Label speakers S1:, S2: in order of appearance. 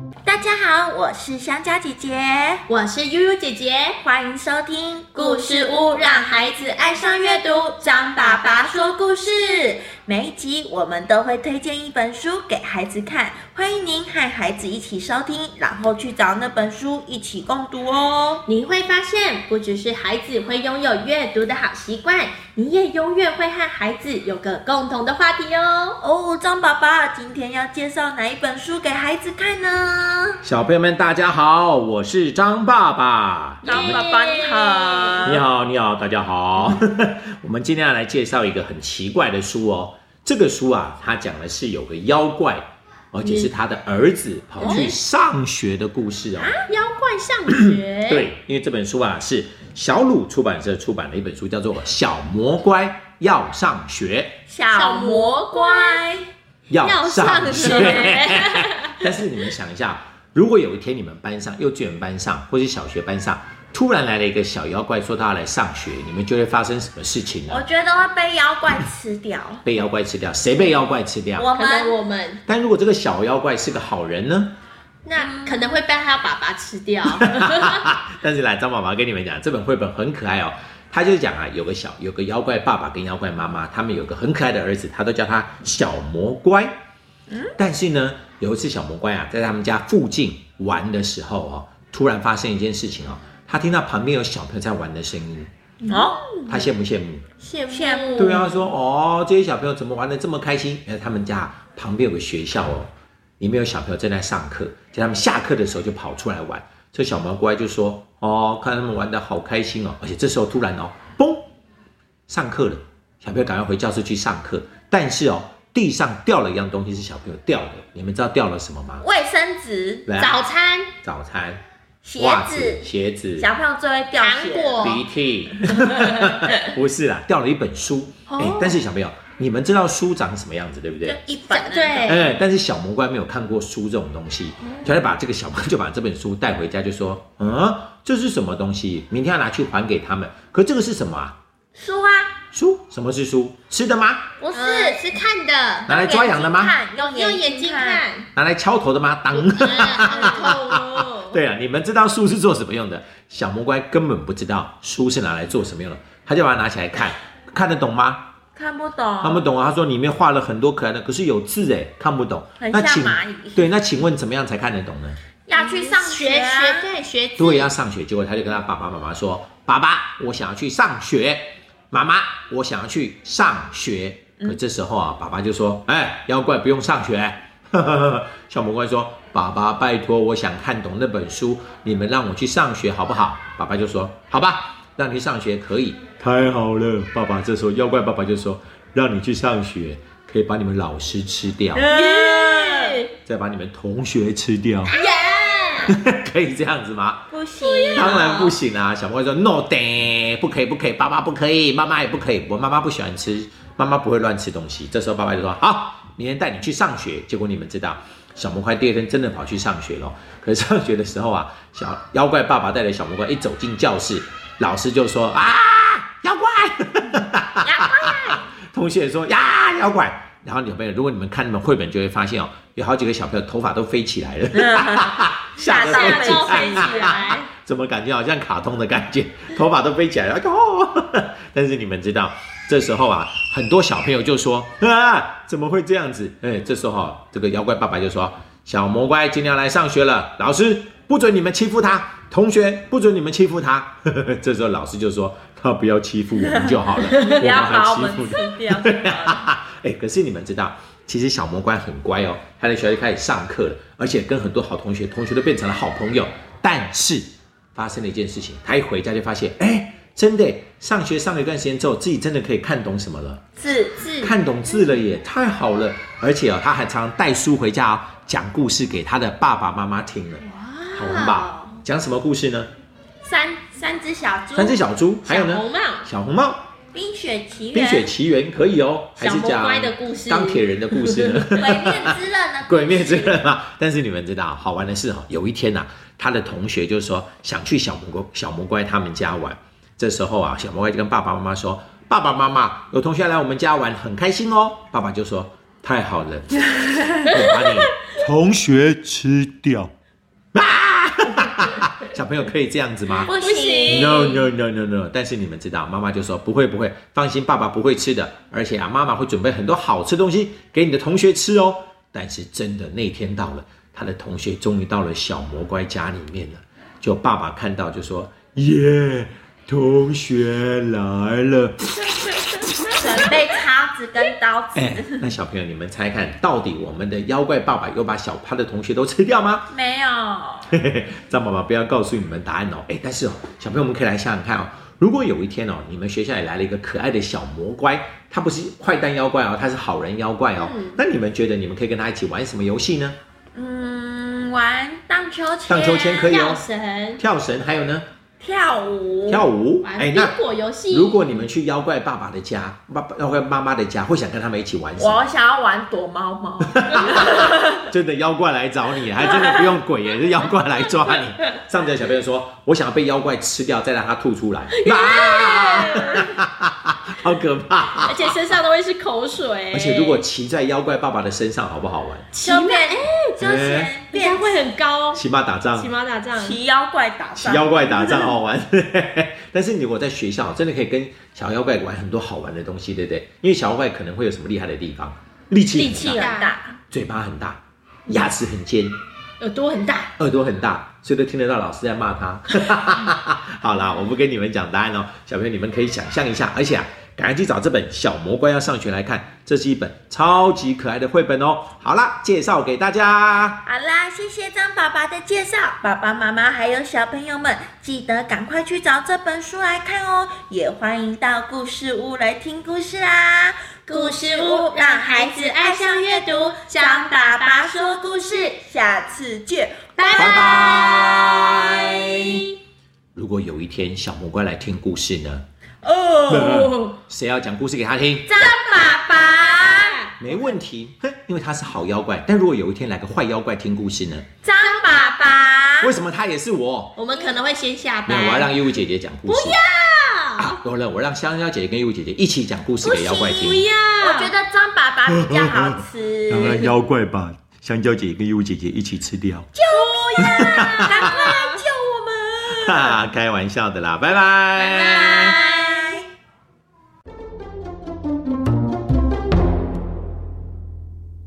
S1: 们，我是香蕉姐姐，
S2: 我是悠悠姐姐，
S1: 欢迎收听
S2: 故事屋让孩子爱上阅读。张爸爸说故事，
S1: 每一集我们都会推荐一本书给孩子看，欢迎您和孩子一起收听，然后去找那本书一起共读哦。
S2: 你会发现，不只是孩子会拥有阅读的好习惯，你也永远会和孩子有个共同的话题哦。
S1: 哦，张爸爸今天要介绍哪一本书给孩子看呢？
S3: 小朋友们，大家好，我是张爸爸。
S1: 张爸爸你好，
S3: 你好，你好，大家好。 我们今天要来介绍一个很奇怪的书哦。这个书啊，它讲的是有个妖怪，而且是他的儿子跑去上学的故事哦。
S2: 啊
S1: 啊
S2: 妖怪上学，
S3: 对，因为这本书啊是小鲁出版社出版的一本书，叫做《小魔乖要上学》。
S1: 小魔乖，
S2: 要
S3: 要
S2: 上
S3: 上
S2: 学
S3: 学。 但是你们想一下，如果有一天你们班上、幼稚园班上或是小学班上，突然来了一个小妖怪，说他要来上学，你们就会发生什么事情呢
S1: 我？觉得会被妖怪吃掉。
S3: 被妖怪吃掉，谁被妖怪吃掉？
S1: 我
S2: 可能
S1: 们
S2: 我们
S3: 但如果这个小妖怪是个好人呢？
S2: 那可能会被他爸爸吃掉。
S3: 但是来，张妈妈跟你们讲，这本绘本很可爱哦。他就讲啊，有个小有个妖怪爸爸跟妖怪妈妈，他们有个很可爱的儿子，他都叫他小魔乖。但是呢，有一次小魔怪啊，在他们家附近玩的时候哦，突然发生一件事情哦，他听到旁边有小朋友在玩的声音，
S1: 哦，
S3: 他羡慕羡慕。
S2: 羡
S1: 羡慕
S3: 对啊，说哦，这些小朋友怎么玩的这么开心？哎原来他们家旁边有个学校哦，里面有小朋友正在上课，在他们下课的时候就跑出来玩。这小毛乖就说哦，看他们玩的好开心哦，而且这时候突然哦，嘣，上课了，小朋友赶快回教室去上课，但是哦，地上掉了一样东西是小朋友掉的，你们知道掉了什么吗？
S1: 卫生纸、
S3: 来啊
S2: 早餐、
S3: 早餐、
S1: 鞋
S3: 袜
S1: 子，
S3: 鞋子、
S1: 小朋友最会掉
S2: 糖
S1: 鞋。
S2: 果、
S3: 鼻涕， 不是啦，掉了一本书。哎、
S1: 哦
S3: 但是小朋友，你们知道书长什么样子，对不对？
S1: 一本
S2: 对
S3: 哎、但是小魔怪没有看过书这种东西，
S1: 嗯
S3: 他就把这个小魔就把这本书带回家，就说：“嗯，这是什么东西？明天要拿去还给他们。可这个是什么啊？
S1: 书啊，
S3: 书？什么是书？吃的吗？
S1: 不
S2: 不
S1: 是、
S2: 是是看的，
S3: 拿来抓痒的吗？
S1: 用
S2: 用眼睛
S1: 看。
S2: 看，
S3: 拿来敲头的吗？当。
S2: 嗯 好痛哦。
S3: 对啊，你们知道书是做什么用的？小魔怪根本不知道书是拿来做什么用的，他就把它拿起来看，看得懂吗？
S1: 看不懂，
S3: 看不懂啊。他说里面画了很多可爱的，可是有字哎，看不懂。
S1: 很
S3: 那
S1: 像
S3: 请
S1: 蚂蚁
S3: 对，那请问怎么样才看得懂呢？
S1: 要去上
S2: 学
S1: 啊
S2: 学对学字，
S3: 对，要上学，结果他就跟他爸爸妈妈说：“爸爸，我想要去上学；妈妈，我想要去上学。”可这时候啊，爸爸就说：“哎，妖怪不用上学。” 小魔怪说：“爸爸，拜托，我想看懂那本书，你们让我去上学好不好？”爸爸就说：“好吧，让你去上学可以。”太好了，爸爸。这时候妖怪爸爸就说：“让你去上学，可以把你们老师吃掉，
S1: 嗯耶
S3: 再把你们同学吃掉， 可以这样子吗？”
S1: 不行，
S3: 当然不行啦、小朋友说 no 的，不可以不可以，爸爸不可以，妈妈也不可以，我妈妈不喜欢吃，妈妈不会乱吃东西。这时候爸爸就说好，明天带你去上学。结果你们知道，小魔怪第二天真的跑去上学了。可是上学的时候啊，小妖怪爸爸带着小魔怪一走进教室，老师就说啊，妖怪，同学也说呀，妖怪。然后小朋友，如果你们看你们绘本，就会发现哦，有好几个小朋友头发都飞起来了，
S1: 嗯
S3: 吓得
S1: 吓到
S3: 飞起
S2: 飞起来
S3: 来，怎么感觉好像卡通的感觉，啊头发都飞起来了。哦，但是你们知道，这时候啊，很多小朋友就说啊，怎么会这样子？哎，这时候、啊、这个妖怪爸爸就说，小魔怪今天要来上学了，老师不准你们欺负他。同学，不准你们欺负他。这时候老师就说：“他不要欺负我们就好了，
S1: 不要把我
S3: 我们还
S1: 们
S3: 欺负你。”
S1: 吃掉。
S3: 哎、可是你们知道，其实小魔怪很乖哦，他在学校就开始上课了，而且跟很多好同学，同学都变成了好朋友。但是发生了一件事情，他一回家就发现，哎、真的耶上学上了一段时间之后，自己真的可以看懂什么了，
S1: 字
S2: 字
S3: 看懂字了也太好了。而且哦，他还常常带书回家、哦、讲故事给他的爸爸妈妈听了，好玩吧？讲什么故事呢？
S1: 三三只小猪，
S3: 三只小猪，还有呢
S2: 嗯小？红帽
S3: 小红帽，
S1: 冰雪奇
S3: 《冰
S1: 缘，
S3: 雪奇缘》可以哦，还
S2: 小
S3: 是
S2: 魔
S3: 讲
S2: 怪的故事
S3: 钢铁人的故事 呢？
S1: 鬼灭之刃啊呢？
S3: 鬼灭之刃嘛。但是你们知道，好玩的是哈，有一天呐、他的同学就说想去小魔怪小魔怪他们家玩。这时候啊，小魔怪就跟爸爸妈妈说：“爸爸妈妈，有同学来我们家玩，很开心哦。”爸爸就说：“太好了，我把你同学吃掉。”啊！小朋友可以这样子吗？
S1: 不
S2: 行
S3: No no no no no！但是你们知道，妈妈就说不会不会，放心，爸爸不会吃的，而且啊，妈妈会准备很多好吃的东西给你的同学吃哦。但是真的那天到了，他的同学终于到了小魔怪家里面了，就爸爸看到就说耶，同学来了。
S1: 准备叉子跟刀子，
S3: 哎，那小朋友你们猜看，到底我们的妖怪爸爸有把小他的同学都吃掉吗？
S1: 没有，
S3: 嘿嘿， 张妈妈不要告诉你们答案哦。哎，但是哦，小朋友们可以来想想看哦。如果有一天哦，你们学校也来了一个可爱的小魔怪，他不是坏蛋妖怪哦，他是好人妖怪哦。
S2: 嗯
S3: 那你们觉得你们可以跟他一起玩什么游戏呢？
S1: 嗯，玩荡秋千，
S3: 荡秋千可以
S2: 跳
S3: 哦，
S2: 绳、
S3: 跳绳，还有呢，
S1: 跳舞，
S3: 跳舞。
S2: 玩
S3: 哎，
S2: 冰
S3: 那
S2: 果游戏。
S3: 如果你们去妖怪爸爸的家，爸爸妖怪妈妈的家，会想跟他们一起玩什么？
S1: 我想要玩躲猫 猫，
S3: 真的妖怪来找你，还真的不用鬼 耶，是妖怪来抓你。上集的小朋友说，我想要被妖怪吃掉，再让它吐 出来，啊， 好可怕！
S2: 而且身上都会是口水，
S3: 而且如果骑在妖怪爸爸的身上，好不好玩？
S2: 骑
S1: 就
S2: 马，
S1: 变
S2: 哎，
S1: 就先
S2: 应该
S1: 变
S2: 会很高，
S3: 骑马打仗
S2: 骑，马打仗，
S1: 骑妖怪打
S3: 骑
S1: 仗，
S3: 妖怪打仗好玩。 但是你如果在学校，真的可以跟小妖怪玩很多好玩的东西，对不对？因为小妖怪可能会有什么厉害的地方？力气
S2: 力气啊
S3: 很
S1: 很
S3: 大，
S1: 大，
S3: 嘴巴很大，牙齿很尖，
S2: 耳朵很大，
S3: 耳朵很大，所以都听得到老师在骂他。 好啦，我不跟你们讲答案哦，小朋友你们可以想象一下，而且啊，赶快去找这本《小魔怪要上学》来看，这是一本超级可爱的绘本哦。好啦，介绍给大家，
S1: 好啦，谢谢张爸爸的介绍，爸爸妈妈还有小朋友们，记得赶快去找这本书来看哦，也欢迎到故事屋来听故事啦。
S2: 故事屋让孩子爱上阅读
S1: 张爸爸说故事，下次见，拜
S3: 拜拜。
S2: 拜。
S3: 如果有一天小魔怪来听故事呢，
S1: 哦，
S2: 哦
S3: 谁要讲故事给他听？
S1: 张爸爸，
S3: 没问题，哼，因为他是好妖怪。但如果有一天来个坏妖怪听故事呢？
S1: 张爸爸，
S3: 为什么他也是我？
S2: 我们可能会先下
S3: 没有，我要
S2: 班。
S3: 让业务姐姐讲故事。
S2: 要
S3: 啊，有了，我让香蕉姐姐跟业务姐姐一起讲故事给妖怪听。
S2: 不要，
S1: 我觉得张爸爸比较好
S3: 当
S1: 吃
S3: 然，妖怪把香蕉姐姐跟优姐姐一起吃掉，
S1: 赶快来救我们。
S3: 哈哈，开玩笑的啦，拜拜。
S2: 拜拜。